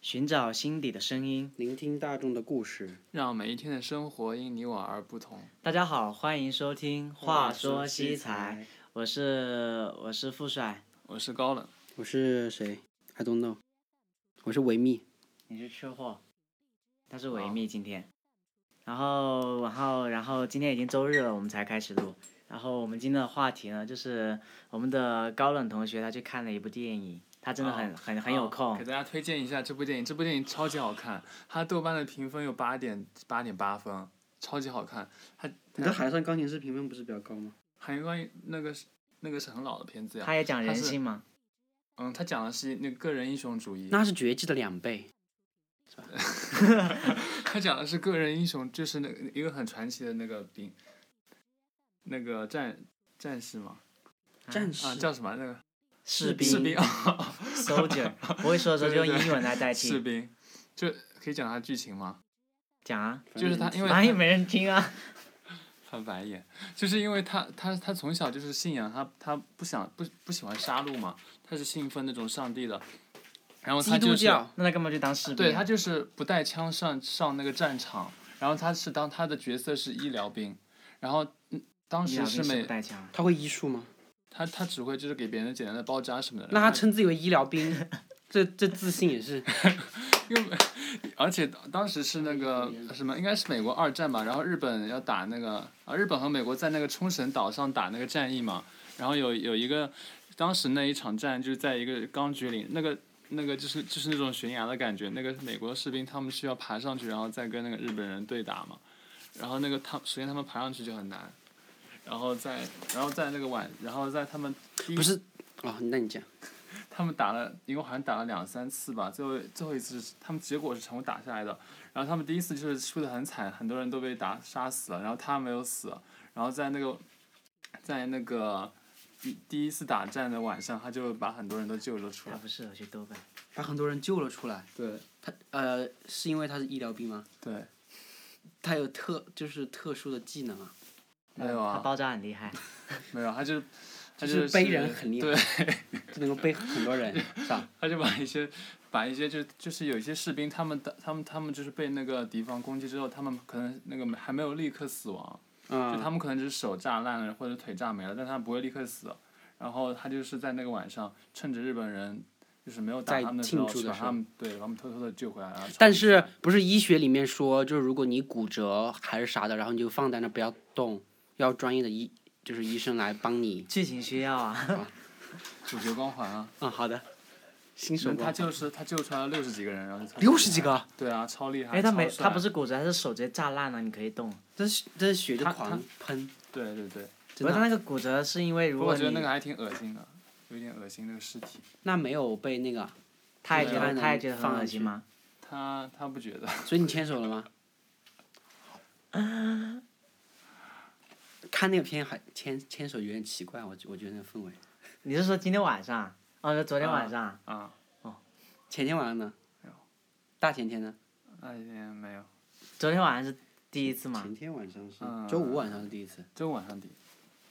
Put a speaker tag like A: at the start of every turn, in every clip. A: 寻找心底的声音。
B: 聆听大众的故事。
C: 让每一天的生活因你我而不同。
A: 大家好，欢迎收听《话说西财》，，我是我是富帅，
C: 我是高冷，
B: 我是谁？I don't know。我是维密。
A: 你是吃货，他是维
C: 好
A: 密今天。然后，然后，然后今天已经周日了，我们才开始录。然后我们今天的话题呢，就是我们的高冷同学他去看了一部电影，他真的很、
C: 哦
A: 很很有
C: 啊
A: 空
C: 给。大家推荐一下这部电影。这部电影超级好看，它豆瓣的评分有八点八点八分，超级好看。它
B: 你的《海上钢琴师》评分不是比较高吗？
C: 韩国关于那个是那个是很老的片子呀。
A: 他也讲
C: 他
A: 人
C: 是
A: 性嘛，
C: 嗯，它讲的是那个个人英雄主义。
B: 那是《绝技》的两倍。
C: 他讲的是个人英雄，就是那个一个很传奇的那个兵，那个战战士嘛，
B: 战
C: 啊
B: 士
C: 叫什么那个
A: 士
B: 兵
C: 士兵
A: soldier，我会说的时候就
C: 对对
A: 用
C: 对
A: 英文来代
C: 士
A: 替
C: 兵，就可以讲他剧情吗？
A: 讲啊，
C: 就是他，因为
A: 反正也
C: 他
A: 没人听啊。
C: 翻白眼，就是因为他他他从小就是信仰他他不想不不喜欢杀戮嘛，他是信奉那种上帝的，然后他
B: 基
C: 就
B: 督
C: 是
B: 教。
A: 那他干嘛去当士兵啊？
C: 对他就是不带枪上上那个战场，然后他是当他的角色是医疗兵，然后嗯当
A: 医
C: 时
A: 疗
C: 是
A: 兵是
C: 美
A: 不带枪啊，
B: 他会医术吗？
C: 他他只会就是给别人简单的包扎什么的。
B: 那
C: 然
B: 他
C: 后
B: 称自己为医疗兵， 这这自信也是。
C: 而且当当时是那个什么，应该是美国二战吧，然后日本要打那个啊，日本和美国在那个冲绳岛上打那个战役嘛，然后有有一个，当时那一场战就是在一个钢锯岭，那个那个就是就是那种悬崖的感觉，那个美国士兵他们需要爬上去，然后再跟那个日本人对打嘛，然后那个他首先他们爬上去就很难，然后在然后在那个晚，然后在他们第一
B: 不是哦，那你讲。
C: 他们打了，一共好像打了两三次吧，最后最后一次是他们结果是全部打下来的。然后他们第一次就是输的很惨，很多人都被打杀死了，然后他没有死。然后在那个在那个第第一次打战的晚上，他就把很多人都救了出
A: 他
C: 来。
A: 不适合去豆瓣。
B: 把很多人救了出来。
C: 对
B: 他呃，是因为他是医疗兵吗？
C: 对，
B: 他有特就是特殊的技能啊，
C: 没有
A: 他
C: 啊，
A: 爆炸很厉害，
C: 没有，他就他
B: 就是
C: 是
B: 背人很厉害
C: 对，
B: 就能够背很多 人，是吧？
C: 他就把一些把一些就就是有一些士兵，他们的他们他们就是被那个敌方攻击之后，他们可能那个还没有立刻死亡。就他
B: 嗯，
C: 们可能只是手炸烂了或者腿炸没了，但他不会立刻死。然后他就是在那个晚上，趁着日本人就是没有打
B: 在
C: 他们的时
B: 庆
C: 候，
B: 祝的
C: 把
B: 时候
C: 他们对把他们偷偷的救回来。然啊后
B: 但是不是医学里面说，就是如果你骨折还是啥的，然后你就放在那不要动，要专业的医就是医生来帮你。
A: 剧情需要啊。
C: 主角光环啊，
B: 嗯，好的。新手
C: 那他
B: 光
C: 就是他救出来了六十几个人，然后就
B: 六十几个，
C: 对啊，超厉害。
A: 哎，他没，
C: 超帅
A: 他不是骨折，他是手直接炸烂了，你可以动。
B: 这是这是血就
C: 他
B: 狂喷，
C: 对对对，
B: 真
A: 不过他
B: 的。
A: 那个骨折是因为
C: 不
A: 如
C: 过我
A: 果
C: 觉得
A: 你
C: 那个还挺恶心的，有点恶心那个尸体。
B: 那没有被那个，
A: 他也觉
B: 对
A: 得
B: 啊
A: 他也觉得很
B: 放
A: 恶
B: 上
A: 心
B: 去
A: 吗？
C: 他他不觉得，
B: 所以你牵手了吗？啊看那个片还牵牵手有点奇怪，我觉我觉得那个氛围。
A: 你是说今天晚上？哦，昨天晚上。
C: 啊，
B: 前天晚上呢？大前天呢？
C: 那一天没有，
A: 昨天晚上是第一次吗？
B: 前天晚上是
C: 嗯
B: 周五晚上是第一次。
C: 周晚上的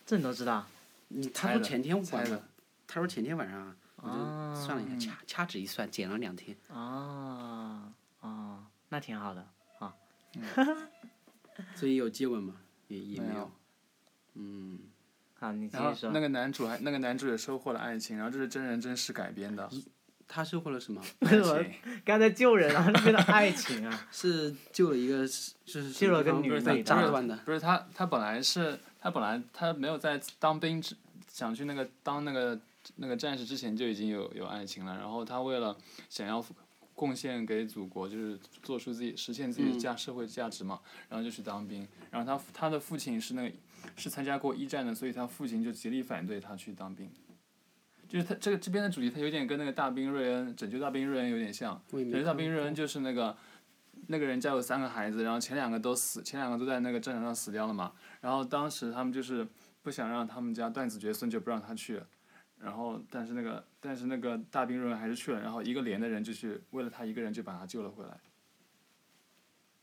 A: 这你都知道？
B: 你他
C: 猜
B: 说
C: 的
B: 前天晚
C: 猜
B: 上
C: 的，，
B: 他说前天晚上啊，我
A: 哦
B: 就算了一
C: 嗯
B: 下，掐掐指一算，减了两天。
A: 哦哦，那挺好的。
B: 所以有接吻吗？也也
C: 没
B: 没
C: 有
B: 有。嗯，
A: 好，你继
C: 然
A: 续
C: 后
A: 说。
C: 那个男主还那个男主也收获了爱情，然后这是真人真事改编的
B: 他收获了什么？
C: 爱
A: 为什么
C: 情。
A: 刚才救人啊，那边的爱情 啊，
B: 是救了一个是是
A: 救了个女
B: 的
A: 美
B: 炸
A: 的
B: 断的。
C: 不是他，他本来是他本来他没有在当兵之想去那个当那个那个战士之前就已经有有爱情了，然后他为了想要贡献给祖国，就是做出自己实现自己的价社会价值嘛，然后就去当兵。然后他父他的父亲是那个是参加过一战的，所以他父亲就极力反对他去当兵。就是他这个这边的主题，他有点跟那个大兵瑞恩拯救大兵瑞恩有点像。
B: 我也
C: 拯
B: 没
C: 救大
B: 看
C: 兵瑞恩就是那个那个人家有三个孩子，然后前两个都死，前两个都在那个战场上死掉了嘛。然后当时他们就是不想让他们家断子绝孙，就不让他去。然后，但是那个，但是那个大兵瑞恩还是去了。然后一个连的人就去，为了他一个人就把他救了回来。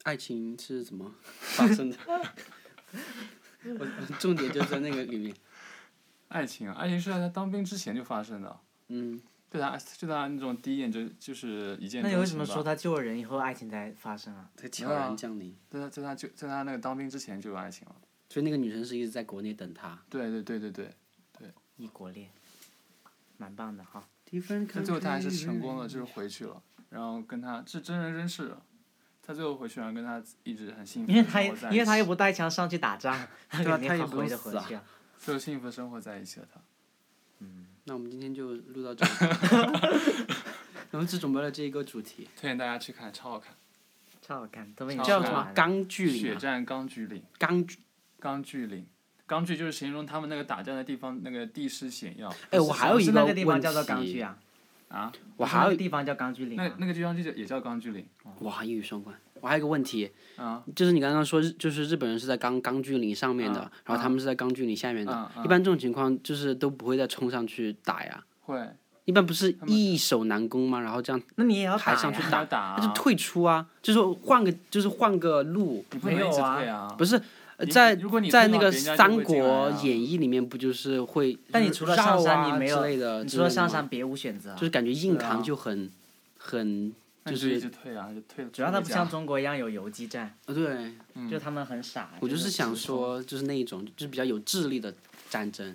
B: 爱情是怎么发生的？我我重点就在那个里面。
C: 爱情啊，爱情是在他当兵之前就发生的。
B: 嗯，
C: 对他对他那种第一眼就就是一见
A: 那
C: 钟情吧。
A: 你为什么说他救了人以后爱情才发生啊？
B: 他悄然降临。
C: 对他对他就在他那个当兵之前就有爱情了？
B: 所以那个女生是一直在国内等他。
C: 对对对对对，
A: 异国恋，蛮棒的哈。
C: 但最后他还是成功了，就是回去了，然后跟他是真人真事的，他最后回去然后跟他一直很幸 福，
A: 因为他也
C: 生活在一起
A: 因为他又不带枪上去打 仗，他
C: 对啊
A: 肯
C: 他
A: 定
C: 也
A: 好
C: 不用
A: 回的回
B: 死啊
A: 去啊。
C: 最后幸福地生活在一起了他。
B: 那我们今天就录到这里。 我们只准备了这一个主题，
C: 推荐大家去看，超好看，
A: 超好看，都被你
C: 超好
B: 叫
A: 说
B: 什么
A: 完？了
B: 钢
C: 《
B: 锯岭
C: 血
B: 啊，
C: 战钢锯岭》。
B: 钢锯。
C: 钢锯岭，钢锯就是形容他们那个打仗的地方那个地势险要
A: 呃
B: 哎，我还有一
A: 是那个地方
B: 问
A: 叫做钢锯
B: 题，
A: 啊，
C: 啊。
A: 那
B: 我还
A: 个
B: 有
A: 地方叫钢锯岭
C: 那
A: 啊。
C: 那个地方就叫也叫钢锯岭
B: 哇一语双关。我还有一个问题，
C: 啊。
B: 就是你刚刚说日，就是日本人是在钢钢锯岭上面的，
C: 啊
B: 然后他们是在钢锯岭下面的。
C: 啊啊
B: 一般这种情况就是都不会再冲上去打呀，
C: 会，
B: 一般不是易守难攻吗？然后这样
A: 那你也要打
B: 还上去
A: 呀？
C: 打打啊
B: 他就退出啊，就是说换个就是换个路，
C: 你不能一直退
A: 没
C: 啊。
B: 不是呃
C: 你
B: 在
C: 如果你
B: 在
C: 退
B: 那个
C: 的话别人
B: 《
C: 家就
B: 三
C: 会进来
B: 国
C: 啊
B: 演义》里面不就是会
A: 但你除了上山
B: 绕啊
A: 你没有
B: 之类的，
A: 你
B: 之
A: 除了
B: 类的
A: 上
B: 吗
A: 山别无选择啊
B: 就。是感觉硬
C: 对啊
B: 扛就很、很
C: 那
B: 就
C: 你就是一直退啊，就退。
A: 主要它
C: 退
A: 不
C: 回
A: 像
C: 家
A: 中国一样有游击战，
B: 呃对，
A: 就他们很傻。
B: 我就是是想
A: 直冲，
B: 说就是那一种就是比较有智力的战争，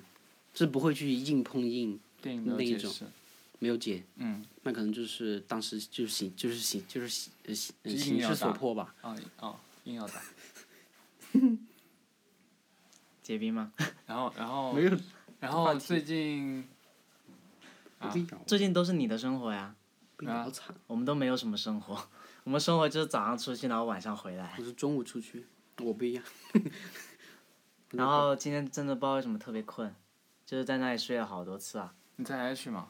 B: 就是不会去硬碰硬，
C: 电影没有
B: 那一
C: 解
B: 种
C: 释，
B: 没有解。
C: 嗯
B: 那可能就是当时就是形就是形就是形呃形呃
C: 就硬
B: 形
C: 要
B: 势所
C: 打
B: 迫吧。
C: 啊哦，硬要打。
A: 结冰吗？
C: 然后然 后
B: 没有
C: 然
B: 话
C: 后
B: 题
C: 最近啊
A: 最近都是你的生活呀，
B: 被咬惨，
A: 我们都没有什么生活，我们生活就是早上出去，然后晚上回来。
B: 啊我是中午出去，我不一样。
A: 然后今天真的不知道为什么特别困，就是在那里睡了好多次啊。
C: 你在 H 嘛？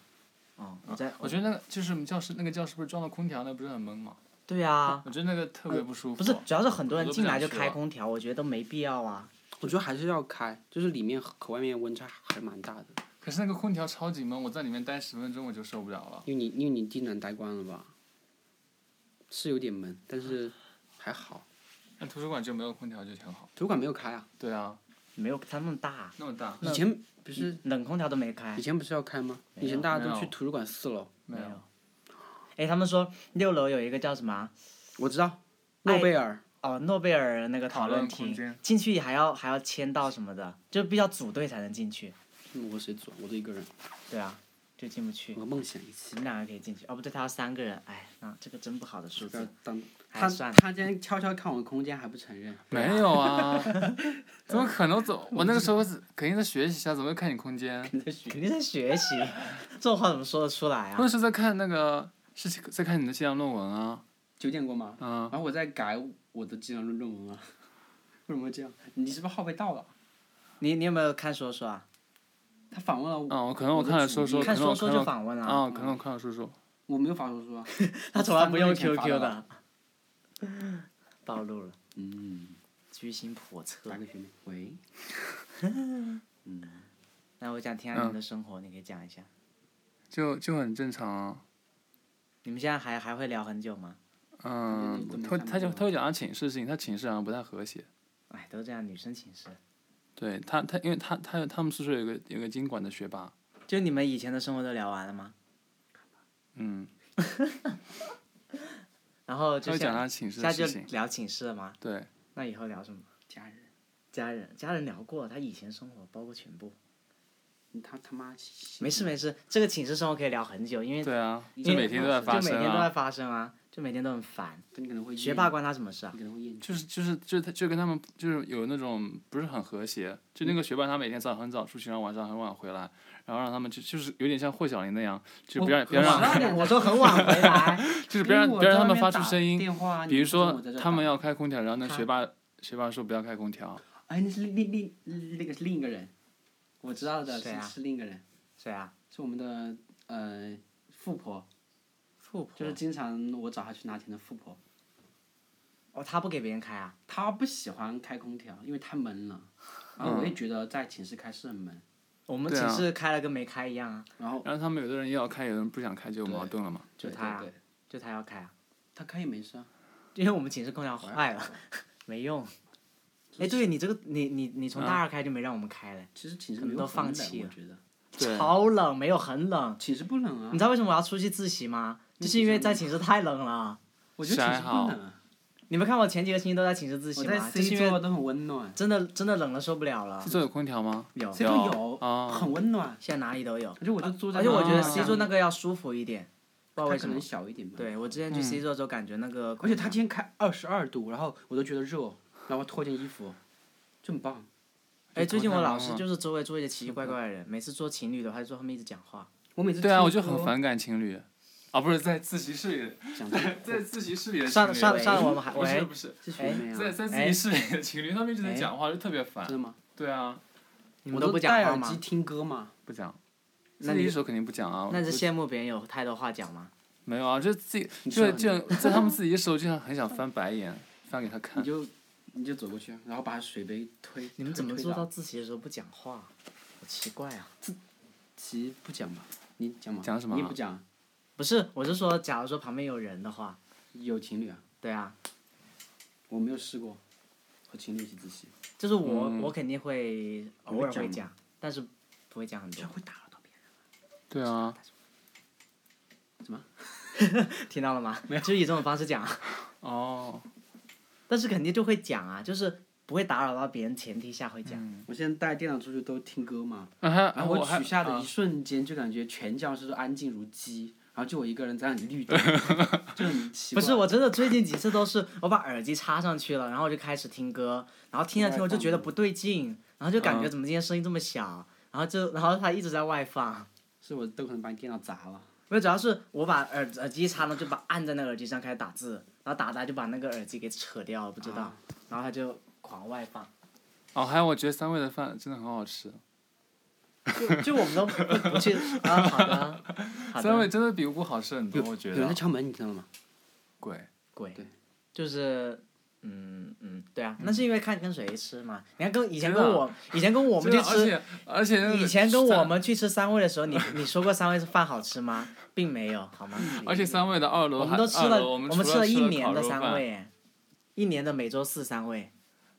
A: 哦，我在，
C: 我觉得那个就是我们教室那个教室不是装了空调，那不是很闷嘛？
A: 对啊，
C: 我觉得那个特别呃不舒服。
A: 不是，主要是很多人
C: 我都不
A: 进来就
C: 想去
A: 开
C: 了
A: 空调，我觉得都没必要啊。
B: 我觉得还是要开，就是里面和外面温差还蛮大的，
C: 可是那个空调超级闷，我在里面待十分钟我就受不了了。
B: 因为你因为你地暖待惯了吧，是有点闷，但是还好。
C: 那图书馆就没有空调就挺好。
B: 图书馆没有开啊，
C: 对啊，
A: 没有它那么大，
C: 那么大
B: 以前不是
A: 冷空调都没开
B: 以。前不是要开吗？
A: 没有
B: 以前大家
C: 没
B: 都
C: 有
B: 去图书馆四楼，
C: 没有
A: 有。哎，他们说六楼有一个叫什么啊
B: 我知道，
A: 哎
B: 诺贝尔
A: 哦，诺贝尔那个
C: 讨
A: 讨
C: 论
A: 论
C: 空间
A: 厅，进去还要还要签到什么的，就必须要组队才能进去。
B: 嗯我谁组啊？我都一个人，
A: 对啊，就进不去
B: 我。的梦想一起
A: 你。们两个可以进去，哦不对，他要三个人，哎，那这个真不好的数
B: 不要
A: 字，
B: 当
A: 还
B: 他
A: 算了。
B: 他今天悄悄看我空间还不承认，
C: 没有啊， 怎么可能走？我那个时候是肯定在学习啊，怎么会看你空间？
B: 你在学
A: 肯定在学习，这种话怎么说得出来
C: 我那
A: 啊？
C: 时候在看那个，是在看你的这项论文啊，
B: 九点过吗？
C: 嗯，
B: 然啊后我在改我的计量论论文啊， 为什么会这样？你是不是号被盗了？
A: 你你有没有看说说啊？
B: 他访问了我，
C: 哦，可能我看了说说，可
A: 看
C: 能我
A: 说说
C: 看
A: 就
C: 了，
A: 访问了，
C: 啊，可能我看了说说，
B: 我没有发出书啊。
A: 他从来不用
B: 三个月前发
A: QQ
B: 的
A: 的， 暴露了，
B: 嗯，
A: 居心叵测
B: 打。给学妹。喂，
A: 那我想听下你们的生活，你可以讲一下。
C: 就就很正常啊，
A: 你们现在还还会聊很久吗？
C: 嗯，他会他就他会讲他寝室的事情，他寝室好像不太和谐。
A: 哎，都这样，女生寝室。
C: 对他，他因为他他他们宿舍有个有个经管的学霸，
A: 就你们以前的生活都聊完了吗？
C: 嗯，
A: 然
B: 哦
A: 后
C: 他
A: 就
C: 会讲
A: 现
C: 他寝室
A: 现
C: 的
A: 在
C: 事
A: 就
C: 情，
A: 聊寝室了吗？
C: 对，
A: 那以后聊什么？
B: 家人，
A: 家人，家人聊过，他以前生活包括全部。
B: 他他妈
A: 没事没事，这个寝室生活可以聊很久，因为
C: 对啊，
B: 因
C: 就
B: 为
C: 每天都在
B: 就
C: 发
A: 就每
C: 生
A: 天都在
C: 啊，嗯
A: 发生啊，就每天都很烦。
B: 但你可能会厌
A: 学霸，关他什么事啊
B: 你？可能会厌倦。
C: 就是就是就是他就跟他们就是有那种不是很和谐，就那个学霸他每天早很早出去，然后晚上很晚回来，然后让他们就就是有点像霍小玲那样，就不要不要
B: 我
C: 让
B: 很晚
A: 我都很晚回来，
C: 就是不要让
B: 因为
C: 不
B: 我
C: 要
B: 在
C: 让他
B: 外
C: 们
B: 面
C: 发出
B: 打
C: 声音，
B: 电话啊
C: 比
B: 你
C: 如
B: 不跟我
C: 说
B: 在这
C: 他们
B: 打
C: 要开空调，然后那
B: 他
C: 学霸学霸说不要开空调，
B: 哎，那是另另另那个是另一个人，我知道的是
A: 谁啊
B: 是另一个人，
A: 谁啊？
B: 是我们的呃富婆，
A: 富婆
B: 就是经常我找她去拿钱的富婆，
A: 哦，他不给别人开啊？
B: 她不喜欢开空调，因为太 闷了，然后我也觉得在寝室开是很闷，
A: 我们
C: 对啊
A: 寝室开了跟没开一样啊，
B: 然后
C: 然后他们有的人要开，有的人不想开，就有矛盾了嘛。
A: 就
B: 对
A: 她啊
B: 对对
A: 就他要开啊，
B: 她开也没事啊，
A: 因为我们寝室空调坏了， 没用。哎，对你这个，你你你从大二开就没让我们开了，
B: 其实寝室
A: 可能
B: 没有
A: 都
B: 很
A: 放
B: 冷
A: 弃
B: 我
A: 了
B: 觉得
C: 对
A: 超冷，没有很冷。
B: 寝室不冷啊
A: 你，知道为什么我要出去自习吗？就是因为在寝室太冷了。
B: 我觉得寝室不冷啊，
A: 你们看我前几个星期都在寝室自
B: 我
A: 习
B: 在
A: 吗？就是因
B: C
A: 为
B: 座都很温暖
A: 真的真的冷的受不了了
C: 这。座有空调吗？
A: 有，哦
B: ，C 座有
C: 啊
B: 很温暖，
A: 现在哪里都有。
B: 而且我就坐在，
A: 而且我觉得 C
B: 座
A: 座那个要舒服一点，不知道
B: 它
A: 为
B: 可
A: 什么
B: 能。小一点吧，，
A: 对我之前去
C: 嗯
A: C 座的时候，感觉那个
B: 而
A: 空调，
B: 且它今天开二十二度，然后我都觉得热，然后脱件衣服，就很棒。
A: 哎，最近我老
C: 头
A: 师
C: 疼
B: 啊
A: 就是周围坐一些奇奇怪怪的人，每次做情侣的话就坐后面一直讲话。
B: 我每次
C: 对啊，
B: 听
C: 我就很
B: 歌
C: 反感情侣。啊，不是在自习室里，
B: 讲这
C: 在在自习室里的情侣。
A: 算了算了算了，我们还
C: 不是
A: 喂，
C: 不是，
B: 这是
A: 哎
B: 什么呀？
C: 在在自习室里的情侣，他们一直在讲话，就特别烦
B: 真。的吗？
C: 对啊，
A: 你
B: 我
A: 们都不讲
B: 戴
A: 话
B: 耳
A: 吗
B: 机？听歌嘛，
C: 不讲。
A: 那
C: 自
A: 你
C: 己手肯定不讲啊。
A: 那是
C: 不
A: 羡慕别人有太多话讲吗？
C: 没有啊，就自己
B: 你
C: 就
B: 说
C: 就在他们自己的时候，就想很想翻白眼，翻给他看
B: 你。 就你就走过去，然后把水杯推。
A: 你们怎么
B: 推
A: 做
B: 推
A: 到自习的时候不讲话？好奇怪啊！
B: 其实不讲吧，你讲嘛？
C: 讲什么
B: 你也不讲，
A: 不是，我是说，假如说旁边有人的话，
B: 有情侣啊？
A: 对啊，
B: 我没有试过和情侣一起自习，
A: 就是我、
C: 嗯
A: 我肯定会偶尔会讲，但是不会讲很
B: 这
A: 多
B: 样。会打扰到别人。
C: 对啊，
A: 听到了吗？没有，就是以这种方式讲，啊
C: 哦，
A: 但是肯定就会讲啊，就是不会打扰到别人前提下会讲。
B: 我现在带电脑出去都听歌嘛，
C: 然后
B: 然后哎我
C: 啊还
B: 取下的
C: 啊
B: 一瞬间就感觉全教室都安静如鸡，然后就我一个人在那里绿 灯，就很奇
A: 不
B: 怪。
A: 是，我真的最近几次都是我把耳机插上去了，然后我就开始听歌，然后听着听我就觉得不对劲，然后就感觉怎么今天声音这么小，然后就然后它一直在外放。
B: 是我都可能把你电脑砸了。
A: 没有，主要是我把耳耳机插上，就把按在那个耳机上开始打字，然后打打就把那个耳机给扯掉了，不知道，然后它就狂外放。
C: 哦，还有我觉得三味的饭真的很好吃，
A: 就就我们都不不去啊，好的，好
C: 三味
A: 的，
C: 真的比五谷好吃很多，我觉
B: 有人在
C: 得。
B: 敲门，你听到了吗？
C: 鬼，
A: 鬼
B: 对，
A: 就是。嗯嗯，对啊，那是因为看跟谁吃嘛。你看跟以前
C: 真
A: 跟
C: 的
A: 我，以前跟我们去吃，
C: 真的啊而且而且那个
A: 以前跟我
C: 三
A: 们去吃三味的时候，你你说过三味是饭好吃吗？并没有，好吗？
C: 而且三味的二楼
A: 我
C: 还
A: 们都吃
C: 二
A: 了，
C: 楼
A: 我
C: 我
A: 们
C: 除了
A: 吃了一
C: 烤
A: 年的
C: 肉
A: 三
C: 饭，
A: 味，哎一年的每周四三味，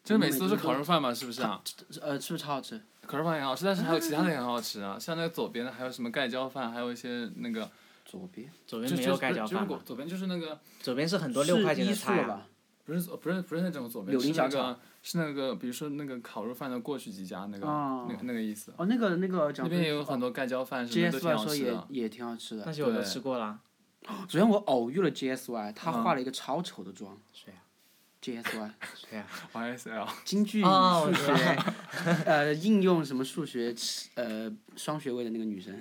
C: 就是每次都是烤肉饭嘛，是不是啊？
B: 呃，是不是超好吃？
C: 烤肉饭也好吃，但是还有其他的也很好吃啊，像那个左边的还有什么盖浇饭，还有一些那个
B: 左边
A: 左
C: 就
A: 边没
C: 就
A: 有
C: 是
A: 盖
C: 不是
A: 浇
C: 就是
A: 饭
C: 左
A: 嘛，
C: 左边就是那个
A: 左边是很多六块钱的菜啊。
B: 吧？
C: 不是不是不是那种左边
B: 柳
C: 是
B: 林
C: 那
B: 小
C: 个是那个比如说那个烤肉饭的过去几家那个
B: 哦
C: 那个那个意思，
B: 哦，那个那个讲
C: 那边也有很多盖浇饭什
B: J
C: 么的都
B: S
C: 挺
B: Y
C: 好
B: 说
C: 吃
B: 也
C: 的。
B: 也挺好吃的
A: 那。些我都
C: 对
A: 吃过了，
B: 昨天我偶遇了 J S Y，他化了一个超丑的
C: 嗯
B: 妆。
A: 谁啊
B: J S Y
A: 谁啊？
C: YSL
B: 京剧
A: 哦
B: 数
A: 我
B: 学，呃，应用什么数学呃双学位的那个女生，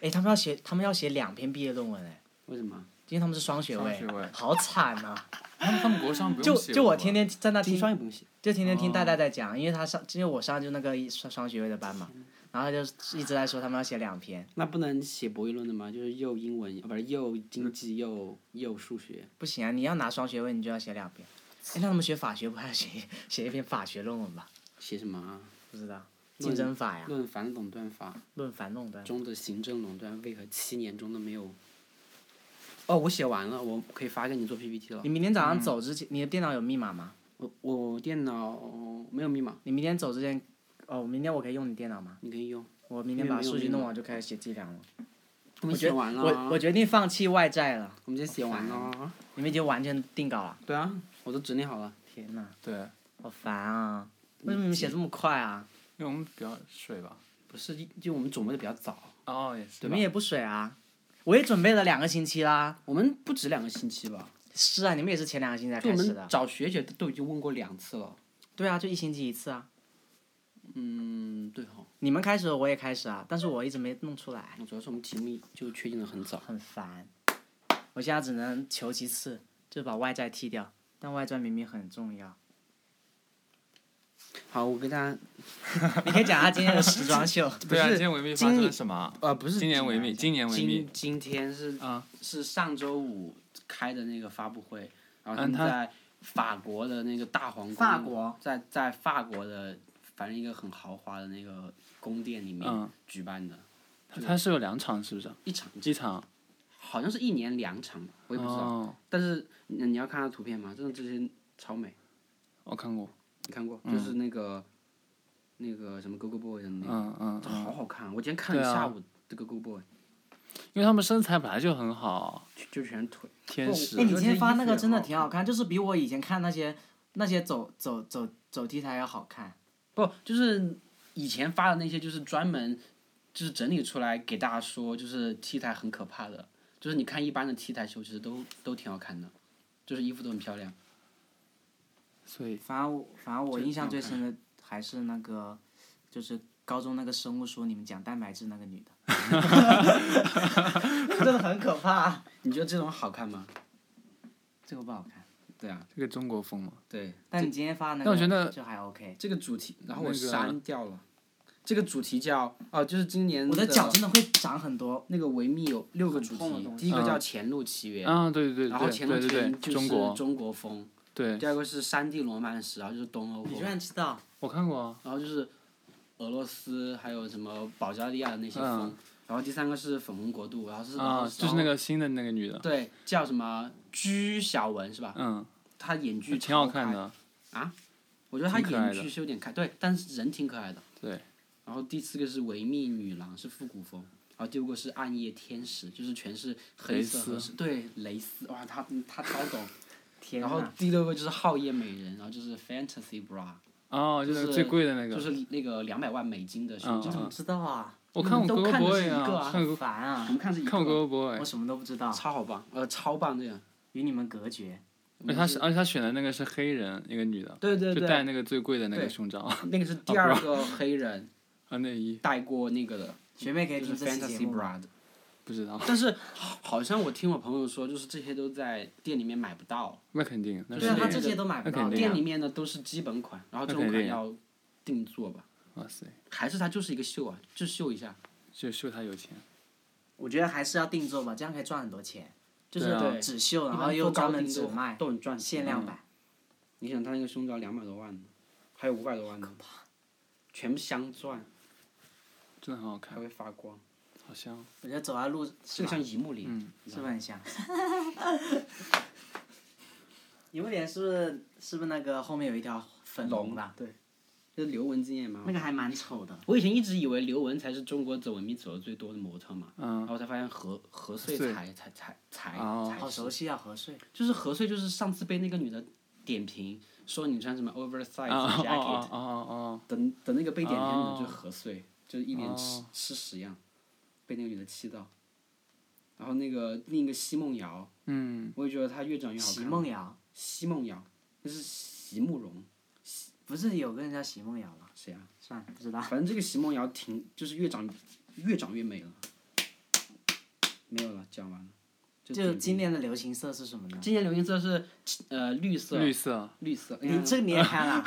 A: 哎，他们要写，他们要写两篇毕业论文哎，
B: 为什么？
A: 因为他们是双学位
C: 双学位，
A: 好惨啊！
C: 他们他们国商不
A: 就
C: 用写
A: 就我
C: 吧
A: 天天在那听
B: 听双也不用写，
A: 就天天听
C: 哦
A: 戴戴在讲，因为他上，因为我上就那个一双双学位的班嘛，然后他就一直在说他们要写两篇，
B: 那不能写博弈论的吗？就是又英文，呃不是又经济又又数学。
A: 不行啊，你要拿双学位，你就要写两篇。哎，那他们学法学不还要写一写一篇法学论文吧？
B: 写什么啊？
A: 不知道，竞争法呀，
B: 论反垄断法
A: 论反垄断。
B: 中的行政垄断为何七年中都没有？哦，我写完了，我可以发给你做 PPT 了
A: 你。明天早上走之前，你的电脑有密码吗？
B: 我我电脑没有密码，
A: 你明天走之前，哦，明天我可以用你电脑吗？
B: 你可以用。
A: 我明天
B: 因为
A: 把
B: 没有
A: 数据
B: 密码
A: 弄完就开始写计量了。
B: 我
A: 我
B: 们
A: 决
B: 写完了啊，
A: 我我决定放弃外债了，
B: 我们今天写完了啊。
A: 你们已经完全定稿了。
B: 对啊，我都整理好了。
A: 天哪，
C: 对，
A: 好烦啊！为什么你们写这么快啊？
C: 因为我们比较水吧。
B: 不是，就就我们准备的比较早，
C: 哦，也是
A: 你
C: 吧
A: 们。也不水啊？我也准备了两个星期啦。
B: 啊我们不止两个星期吧？
A: 是啊，你们也是前两个星期才
B: 就我
A: 开始
B: 们
A: 的。
B: 找学姐都已经问过两次了。
A: 对啊，就一星期一次啊。
B: 嗯，对哈、
A: 你们开始，我也开始啊，但是我一直没弄出来，
B: 那主要是我们题目就确定的很早。
A: 很烦。我现在只能求其次，就把外债剔掉，但外债明明很重要。
B: 好，我给大家，
A: 你可以讲下今天的时装 秀，
C: 对啊，
B: 不是
C: 今天维密发生
B: 今
C: 了什么啊？
B: 呃，不是
C: 今年维密，今年维密
B: 今今天是
C: 啊，
B: 是上周五开的那个发布会，然后他
C: 嗯
B: 们
C: 他
B: 在法国的那个大皇宫，
A: 法国
B: 在在法国的反正一个很豪华的那个宫殿里面
C: 嗯
B: 举办的、
C: 它是有两场是不是啊？
B: 一场，
C: 一场。
B: 好像是一年两场吧，我也不知道。
C: 哦，
B: 但是你你要看他图片吗？真的这些超美，
C: 我看过。
B: 你看过？就是那个、那个什么 Go Go Boy 的那个，
C: 嗯嗯
B: 这
C: 嗯，
B: 好好看，我今天看了一
C: 对啊
B: 下午这个 Go Boy，
C: 因为他们身材本来就很好，
B: 就就全是腿。
C: 天使。
B: 哦
A: 哎，你今天发那
C: 尤其
A: 个
C: 衣服
A: 真的
C: 也
A: 挺好看，就是比我以前看那些那些走走走走 T 台要好看。
B: 不，就是以前发的那些，就是专门就是整理出来给大家说，就是 T 台很可怕的，就是你看一般的 T 台秀，其实都都挺好看的，就是衣服都很漂亮。
C: 所以
A: 反正我反正我
B: 这
A: 印象最
B: 挺好看
A: 深的还是那个，就是高中那个生物书你们讲蛋白质那个女的，真的很可怕。
B: 你觉得这种好看吗？
A: 这个不好看，
B: 对啊，
C: 这个中国风嘛，
B: 对，
A: 但你今天发的那个，
C: 但我觉得
A: 就还 OK。
B: 这个主题，然后
C: 那
B: 我
C: 个
B: 删掉了。这个主题叫哦，就是今年
A: 我的脚真的会长很多，
B: 那个维密有六个
A: 很
B: 主
A: 痛的
B: 题
A: 东，西
B: 第一个
C: 嗯
B: 叫前路奇缘，
C: 啊，对对对
B: 然后
C: 对
B: 前路
C: 对
B: 奇
C: 对
B: 缘
C: 对，
B: 就是
C: 中国
B: 中国风，
C: 对，
B: 第二个是山地罗曼史，然后就是东欧风，
A: 你居然知道？
C: 我看过啊，
B: 然后就是俄罗斯还有什么保加利亚的那些风，然后第三个是粉红国度，然后是然后
C: 嗯啊，就是
B: 然
C: 那
B: 后
C: 个新的那个女的，
B: 对叫什么居小文是吧？
C: 嗯，
B: 她演技
C: 挺好
B: 超开
C: 看，的，
B: 我觉得她
C: 挺可爱
B: 演
C: 的
B: 技是有点开，对，但是人挺可爱的。
C: 对。
B: 然后第四个是维密女郎，是复古风。然后第五个是暗夜天使，就是全是黑
C: 蕾
B: 色和
C: 丝
B: 是对蕾丝，哇，她她超 懂。
A: 天啊
B: 然后
A: 呐，
B: 第六个就是皓夜美人，然后就是 fantasy bra，、
C: 哦，
B: 就
C: 就
B: 是
C: 那个最贵的那
B: 就
C: 个，
B: 是那个两百万美金的胸
C: 嗯
A: 你怎
B: 罩
A: 么。知道啊？
C: 我看过
B: 你们都
C: Go
B: 看的
C: Boy
B: 是一个啊
C: 啊，看过
A: 烦啊
B: 我！们看是一个
C: 看过 Go Boy，
A: 我什么都不知道，
B: 超好棒，呃，超棒这样。
A: 与你们隔绝。
B: 我
C: 而且
B: 们
C: 他
B: 是
C: 而且他选的那个是黑人，一个女的，
B: 对对
C: 就
B: 对，
C: 戴那个最贵的那个
B: 对
C: 胸罩啊
B: 那个是第二个黑人
C: 内衣，
B: 带过那个的，
A: 学妹可以
B: 就
A: 听
B: 是
A: 这期节
B: Fantasy
A: 目吗。
B: Bra 的。
C: 不知道，
B: 但是好好像我听我朋友说，就是这些都在店里面买不到，
C: 那肯定，那
A: 对
B: 对
C: 是
A: 啊，他
C: 那
A: 这
C: 个，
A: 些都买不到
C: 那
A: 的
C: 肯定啊
A: 呀
B: 店。里面的都是基本款，然后这种
C: 那肯
B: 款
C: 定
B: 要定做吧。
C: 哇塞，
B: 还是它就是一个秀啊，就秀一下。
C: 就秀他有钱，
A: 我觉得还是要定做吧，这样可以赚很多钱。就是
C: 对啊
A: 对只秀，
B: 一
A: 然
B: 般
A: 后又
B: 做高
A: 专门
B: 定
A: 只
B: 都
A: 卖，
B: 都很赚钱嗯
A: 限量版。
B: 你想他那个胸罩两百多万呢，还有五百多万呢，全部镶钻，
C: 真的很好
B: 还
C: 看，
B: 会发光，
C: 好香，
A: 我觉得走在路
B: 这
A: 是
B: 个
A: 吧
B: 像一木林。
C: 嗯，
A: 是不是很像？ 你们脸是不是是不是那个后面有一条粉龙吧？
B: 对，就是刘雯今年也蛮好看的
A: 那个还蛮丑的。
B: 我以前一直以为刘雯才是中国走文艺走的最多的模特嘛，
C: 嗯
B: 然后才发现何何穗
C: 穗
B: 才才才才
C: 哦
B: 才
A: 好熟悉啊，何穗。
B: 就是何穗就是上次被那个女的点评说你穿什么 oversize
C: 啊啊
B: jacket
C: 啊啊啊！
B: 的的那个被点评的女的
C: 哦
B: 就是何穗，就是一脸吃
C: 哦
B: 吃屎样，被那个女的气到。然后那个另一个奚梦瑶，
C: 嗯，
B: 我也觉得她越长越好看。
A: 席梦瑶，
B: 奚梦瑶，那是席慕容
A: 不是有个人叫席梦瑶吗？
B: 谁啊？
A: 算了，不知道。
B: 反正这个席梦瑶挺，就是越长越长越美了。没有了，讲完了。
A: 就
B: 挺
A: 今年的流行色是什么呢？
B: 今年流行色是呃绿哎色，
C: 绿色，
B: 绿色。嗯你
A: 你
B: 看
A: 这你也看 了？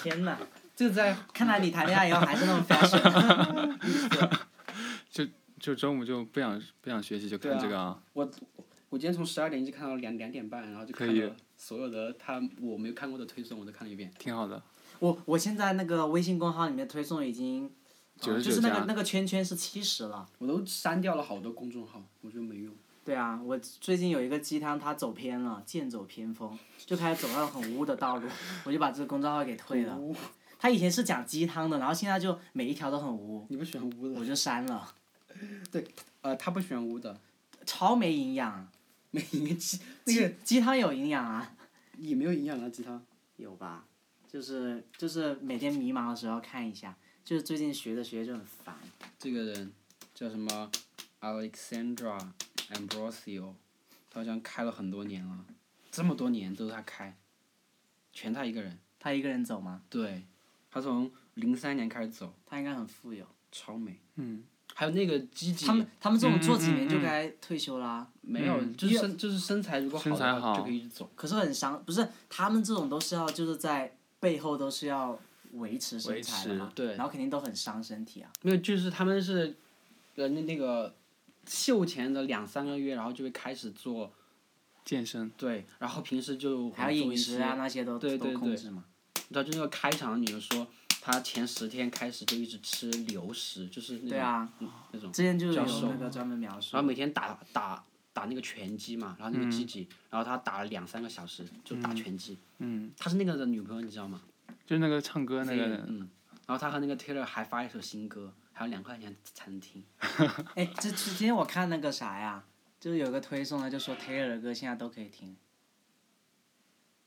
A: 天哪！
B: 这在
A: 看来你谈恋爱以后还是那么 fashion。
C: 就中午就不想不想学习，就
B: 对
C: 看
B: 啊
C: 这个啊，
B: 我我今天从十二点一直看到两两点半，然后就
C: 可
B: 看
C: 以
B: 了所有的他我没有看过的推送，我都看了一遍。
C: 挺
A: 啊
C: 好的。
A: 我我现在那个微信公号里面推送已经，呃
C: 99
A: 就是那个
C: 加
A: 那个圈圈是七十了。
B: 我都删掉了好多公众号，我觉得没用。
A: 对啊，我最近有一个鸡汤，他走偏了，剑走偏锋，就开始走上很污的道 路，我就把这个公众号给退了。
B: 污
A: 他以前是讲鸡汤的，然后现在就每一条都很污，
B: 你不喜欢污的？
A: 我就删了，
B: 呃，他不喜欢污的，
A: 超没营 养。
B: 没营养，那个
A: 鸡汤有营养啊？
B: 也没有营养啊，吉他。
A: 有吧？就是就是每天迷茫的时候看一下，就是最近学着学着就很烦。
B: 这个人叫什么 Alexandra Ambrosio，他好像开了很多年了，这么多年都是他开，全他一个人。
A: 他一个人走吗？
B: 对，他从零三年开始走，
A: 他应该很富有。
B: 超美。
C: 嗯，
B: 还有那个鸡鸡
A: 他，们他们这种
C: 嗯
A: 做几年
C: 嗯
A: 就
C: 嗯
A: 该退休啦、
B: 没有，
C: 嗯
B: 就是身就是身材如果好
C: 身材
B: 的话
C: 好
B: 就可以一直走。
A: 可是很伤，不是他们这种都是要就是在背后都是要维持身材的嘛
C: 维，持
B: 对
A: 然后肯定都很伤身体啊。
B: 没有，就是他们是，呃，那那个秀前的两三个月，然后就会开始做，
C: 健身，
B: 对，然后平时就
A: 还有饮食啊
B: 会做一些
A: 那些都
B: 对对
A: 都控制嘛。
B: 你知道，就那个开场的女的说，她前十天开始就一直吃流食，就是那
A: 对
B: 种、嗯
A: 啊，
B: 那种，
A: 之前就有
B: 教授
A: 那个专门描述
B: 然后，每天打打打那个拳击嘛，然后那个鸡鸡，然后她打了两三个小时就打拳击。
C: 嗯，
B: 啊她是那个的女朋友，你知道吗？
C: 就是那个唱歌那个
B: 嗯，然后他和那个 Taylor 还发了一首新歌，还有两块钱才能听。
A: 哎，这这今天我看那个啥呀，就是有个推送的，就说 Taylor 的歌现在都可以听，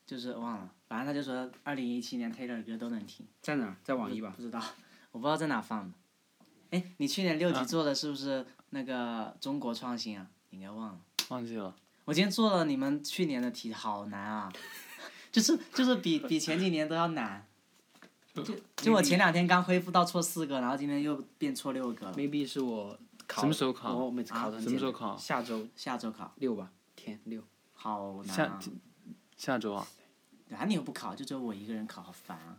A: 就是忘了，反正他就说二零一七年 Taylor 的歌都能听。
B: 在哪儿？在网易吧。
A: 不知道，我不知道在哪放的。哎，你去年六级做的是不是那个中国创新啊？你应该忘了。
C: 忘记了。
A: 我今天做了你们去年的题，好难啊！就是就是比比前几年都要难。就就我前两天刚恢复到错四个，然后今天又变错六个了。
B: maybe 是我考
C: 什么时候考
B: 我每次考啊的、
C: 什么时候考
B: 下周
A: 下周考，
B: 六吧，天六。
A: 好难
C: 下
A: 啊！
C: 下周啊？
A: 啊，你又不考，就只有我一个人考，好烦啊！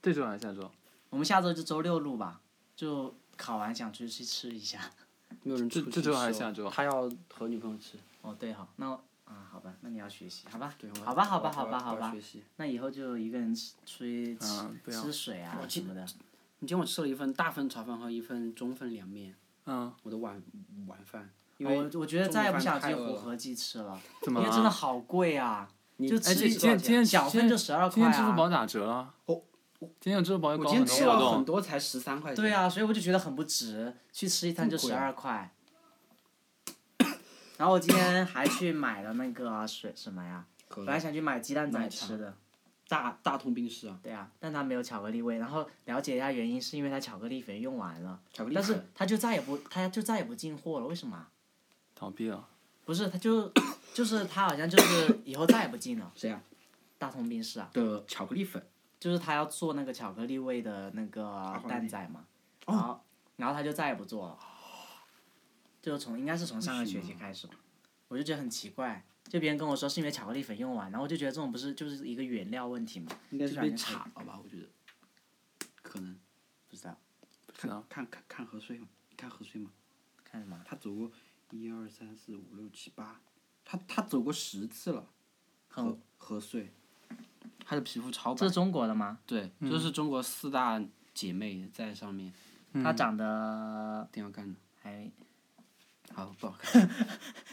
C: 这周还是下周？啊
A: 我们下周就周六录吧，就考完想出去吃一下。
B: 没有人
C: 这
B: 出去
C: 这周还是
B: 吃哦
C: 下周
B: 他要和女朋友吃。
A: 哦，对哈，那我啊，好吧，那你要学习，好吧
B: 对，我，要
A: 好吧，好
B: 我
A: 吧，
B: 要
A: 好
B: 我要
A: 吧，好
B: 我要
A: 吧
B: 学，习。
A: 那以后就一个人吃出去吃、
C: 嗯不要
A: 吃水啊
B: 我
A: 什么的。
B: 你今天我吃了一份大份炒饭和一份中份凉面，
C: 嗯，
B: 我的晚晚饭，因为
A: 哦我我觉得再也不想去
B: 中午饭太饿
A: 胡
B: 了
A: 合记吃了，
C: 怎么
A: 因为真的
C: 了？
A: 好贵啊！
B: 你
A: 就吃
B: 哎这
A: 一
B: 吃多少
C: 今天
B: 钱？
A: 小份就十二
C: 今
A: 块
C: 天支付
A: 啊。
C: 宝打折了。
B: 哦，
C: 今天有支付宝有
B: 我
C: 搞
B: 今
C: 很
B: 天
C: 多
B: 吃
C: 活
B: 了很
C: 动。
B: 多，才十三块钱。
A: 对，啊，所以我就觉得很不值，去吃一餐就
B: 这
A: 十
B: 么贵啊
A: 二块。 然后我今天还去买了那个水什么呀？
B: 可
A: 本
B: 乐
A: 来想去买鸡蛋仔
B: 奶茶
A: 吃的，
B: 大大通冰室啊，
A: 对啊，但它没有巧克力味。然后了解一下原因，是因为它巧克力粉用完了。
B: 巧克力
A: 但
B: 粉。
A: 是他就再也不，他就再也不进货了，为什么啊？
C: 倒闭了。
A: 不是，他就就是他好像就是以后再也不进了。
B: 谁啊？
A: 大通冰室啊，
B: 的巧克力粉，
A: 就是他要做那个巧克力味的那个
B: 皇帝
A: 蛋仔嘛，然后然后他就再也不做了，就从应该是从上个学期开始吧，我就觉得很奇怪。就别人跟我说是因为巧克力粉用完，然后我就觉得这种不是就是一个原料问题嘛，
B: 应该
A: 就是感
B: 被
A: 觉
B: 查了吧？我觉得，可能
A: 不知道
C: 不知道。
B: 看看看河水嘛，你看河水嘛，
A: 看什么。
B: 他走过一二三四五六七八，他他走过十次了，
A: 很
B: 河河水，嗯他的皮肤超
A: 这
B: 白
A: 是，中国的吗？
B: 对，这是中国四大姐妹在上面，
A: 它长得
B: 挺好看的，
A: 还
B: 好不好看？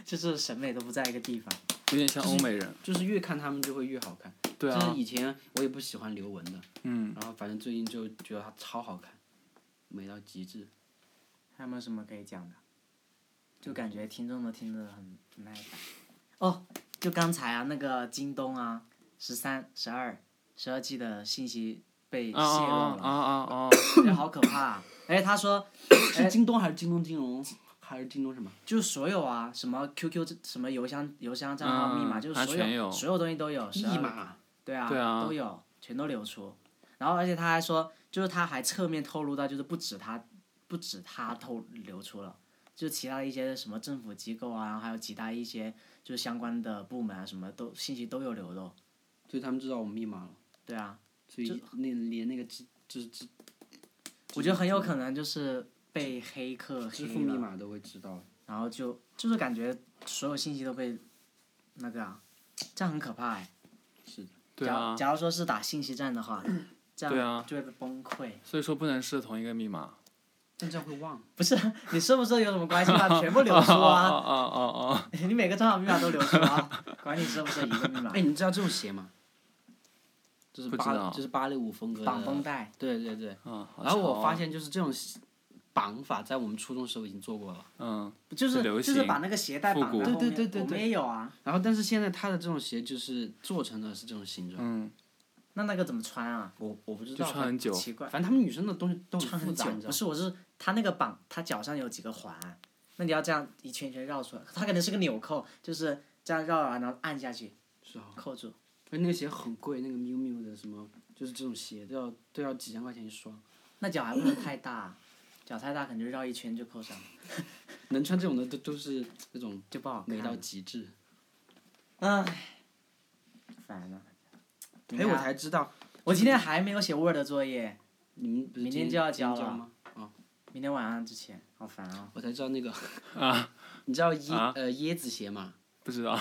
A: 就是审美都不在一个地方。
C: 有点像欧美人。
B: 就是越看他们就会越好看，
C: 对
B: 就
C: 啊
B: 是，以前我也不喜欢刘雯的，
C: 嗯，
B: 然后反正最近就觉得她超好看，美到极 致。
A: 还有没有什么可以讲的？就感觉听众都听得很很耐烦。哦，就刚才啊，那个京东啊，十三、十二、十二 G 的信息被泄露
C: 啊啊
A: 了，
C: 啊啊 啊啊！
A: 觉得好可怕、啊。哎，他说
B: 是京东还哎是京东金融还是京东什么？
A: 就所有啊，什么 QQ 这什么邮箱、邮箱账号、
C: 嗯
A: 密码，就是
C: 它
A: 所
C: 全
A: 有
C: 有
A: 所有东西都有，
B: 密
A: 12个
B: 码，
A: 对啊，
C: 对啊
A: 都有，全都流出。然后而且他还说，就是他还侧面透露到，就是不止他，不止他透流出了，就其他的一些什么政府机构啊，然后还有其他一些就是相关的部门啊，什么都信息都有流露。
B: 所以他们知道我们密码了，
A: 对啊，
B: 所以那连那个支支支
A: 我觉得很有可能就是被黑客
B: 支
A: 黑
B: 付密
A: 了，
B: 码都会知道。
A: 然后就就是感觉所有信息都被那个啊，这样很可怕哎。
B: 是的，
C: 对啊
A: 假，假如说是打信息战的话，
B: 嗯
A: 这
C: 对
A: 样
C: 啊
A: 就会被崩溃。
C: 所以说不能是同一个密码。
B: 但这样会忘。
A: 不是啊你是不是有什么关系吗？全部流出啊！
C: 哦哦哦哦！
A: 你每个账号密码都留出啊，管你是不是一个密码
B: 哎，。你知道这种鞋吗？就是
C: 不知
B: 芭
C: 道
B: 就是芭蕾舞风格哦的
A: 绑绷。带，
B: 对对对。
C: 嗯，好
B: 然后
C: 潮
B: 我
C: 啊
B: 发，现就是这种绑法，在我们初中时候已经做过了。
C: 嗯，
A: 就是
C: 流
A: 就
C: 行
A: 是把那个鞋带绑在后面。
B: 复古对对对对对
A: 我们也有啊。
B: 然后，但是现在它的这种鞋就是做成的是这种形状。
C: 嗯，
A: 那那个怎么穿啊？
B: 我我不知
C: 就
B: 道，
C: 穿很久。
A: 奇怪
B: 反，正他们女生的东西都
A: 穿
B: 很复
A: 很久
B: 杂，你。
A: 不
B: 知道吗？
A: 是，我是他那个绑，他脚上有几个环，那你要这样一圈一圈绕出来。他可能是个纽扣，就是这样绕啊完然后按下去
B: 是啊。
A: 扣住。
B: 而那个鞋很贵，那个 miu miu 的什么，就是这种鞋都要都要几千块钱一双。
A: 那脚还不能太大，啊脚太大可能就绕一圈就扣上，了，
B: 能穿这种的都都是那种
A: 就不好
B: 美到
A: 看。
B: 极致。
A: 唉，烦了。对
B: 哎，
A: 啊
B: 我才知道
A: 我今天还没有写 Word 作业，
B: 你们不是
A: 明
B: 今
A: 天就要
B: 今天
A: 交了
B: 吗？啊，
A: 明天晚上之前，好烦啊。
B: 我才知道那个 啊，你知道椰、
C: 啊
B: 呃椰子鞋吗？
C: 不知道。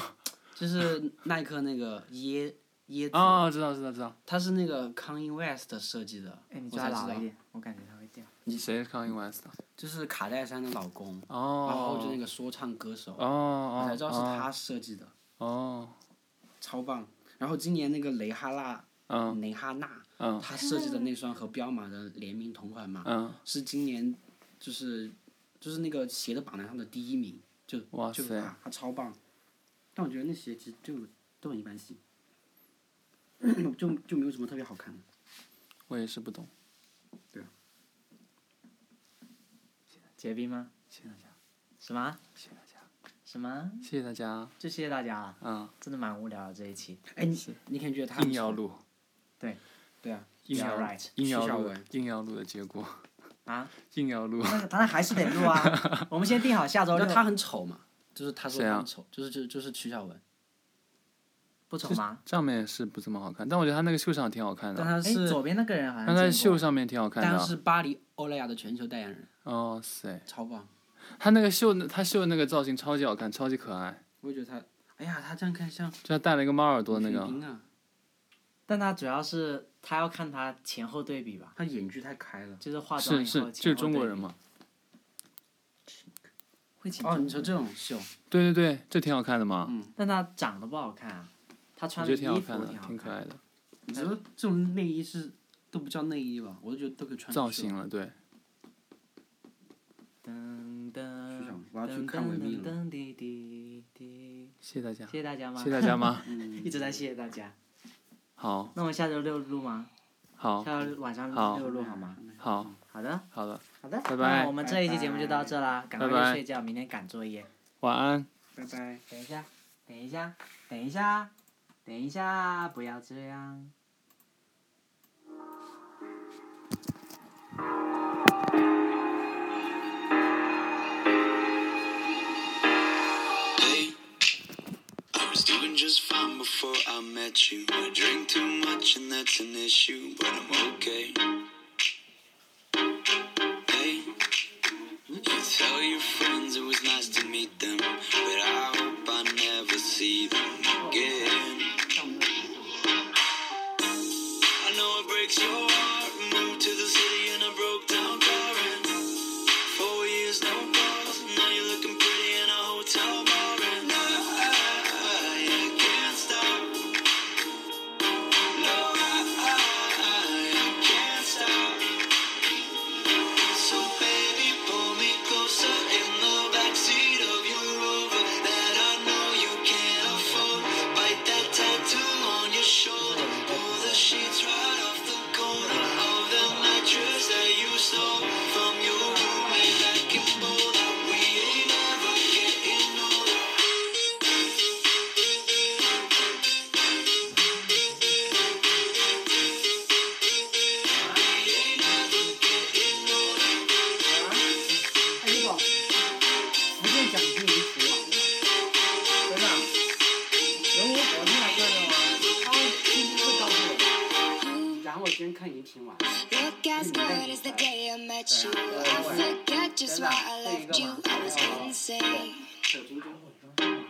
B: 就是耐克那个椰椰子，
C: 啊，知道知道知道。
B: 它是那那个 Kanye West 设计的，
A: 哎，你
B: 我
A: 抓
B: 才知
A: 老一
B: 道，
A: 点，我感觉他会掉。
C: 你谁是 Kanye West？的
B: 就是卡戴珊的老公，然后就
C: 哦
B: 那个说唱歌手，
C: 哦哦，
B: 我才知道是
C: 哦
B: 他设计的，
C: 哦
B: 超棒。然后今年那个蕾哈娜
C: 啊嗯
B: 蕾哈娜，
C: 嗯
B: 她设计的那双和彪马的联名同款嘛，
C: 嗯，
B: 是今年就是就是那个鞋的榜单上的第一名，就
C: 哇
B: 就
C: 塞
B: 她她超棒。但我觉得那鞋其实就都很一般 性，就就没有什么特别好看的。
C: 我也是不懂。
A: 结冰吗？
C: 谢谢大家，
A: 什么
C: 谢谢大家，
A: 什么？
C: 谢谢大家。
A: 就谢谢大家了，
C: 嗯，
A: 真的蛮无聊的这一期。
B: 哎，你你感觉她
C: 硬要录，
B: 对啊，
C: 硬
A: You're
C: 要
A: right
C: 硬要
B: 徐小
C: 录
B: 文，
C: 硬要录的结果，
A: 啊，
C: 硬要录。
A: 那当然还是得录 啊。我们先定好下周
B: 你知
A: 六
B: 道。她很丑嘛？就是她说
C: 谁啊
B: 她很丑，就是就就是曲晓雯，
A: 不丑 吗？
C: 上面是不怎么好看，但我觉得他那个袖上挺好看
B: 但
C: 的，
B: 她
A: 哎，
B: 是
A: 左边那个人好像
C: 他
A: 见
C: 在
A: 过
C: 袖上面挺好看
B: 但
C: 的。
B: 是巴黎欧莱雅的全球代言人，
C: 哦塞，
B: 超棒！
C: 他那个袖，他袖那个造型超级好看，超级可爱，
B: 我也觉得她，哎呀，她这样看像
C: 就他戴了一个猫耳朵那
B: 菲律
C: 个。
B: 宾啊，
A: 但他主要是他要看他前后对比吧，
B: 她眼距太开了。
A: 就是化妆以
C: 是
A: 后前后对比
C: 是，就是中国人嘛。
A: 会请
B: 哦，
A: 中
B: 你说这种秀，
C: 对对对，这挺好看的嘛，
A: 但他长得不好看啊，他嗯
C: 我
A: 穿
C: 觉
A: 的
C: 得
A: 衣
C: 挺
A: 服
C: 好看的，挺可
A: 看。
C: 爱的，
B: 你说这种内衣是都不叫内衣吧？我都觉得都可以穿出去
C: 造型了，对，
A: 噔噔
B: 徐小文我要去看维密了。
A: 噔滴滴滴，
C: 谢谢大家
A: 谢，谢大家吗
C: 谢谢？大家吗？
B: 嗯
A: 一直在谢谢大家。
C: 好，
A: 那我们下周六录吗？
C: 好，
A: 下周晚上
C: 好
A: 六录好吗？
C: 好，
A: 好的，
C: 好了，
A: 好的，
C: 拜
A: 那
C: 拜
A: 我们这一期节目就到这啦，赶快
C: 拜
A: 去
C: 拜
A: 睡觉，明天赶作业。
C: 晚安。
B: 拜拜。
C: 哎
A: 等一下，等一下，等一下，等一下，不要这样。
D: Hey, I was doing just fine before I met you. I drink too much and that's an issue, but I'm okay. Hey, you tell your friends it was nice to meet them, but I hope I never see them again. I know it breaks your heart. Moved to the city in a broke down car and Four years, no balls. Now you're looking pretty in a hotel bar, and I can't stop. No, I can't stop. So baby, pull me closer in the backseat of your Rover that I know you can't afford. Bite that tattoo on your shoulder. Pull the sheets right off the corner of the mattress that you stole from your roommate back in Boulder. We ain't ever getting older. We ain't ever getting older.
A: 哎，师傅，福建讲地已死亡了，真的。人我昨天来这的吗？他们天天会告诉我。然后我今天看荧屏玩。
E: Mm, Look as good as the day I met you. I forget just why I left you. I was insane.
A: 手机中。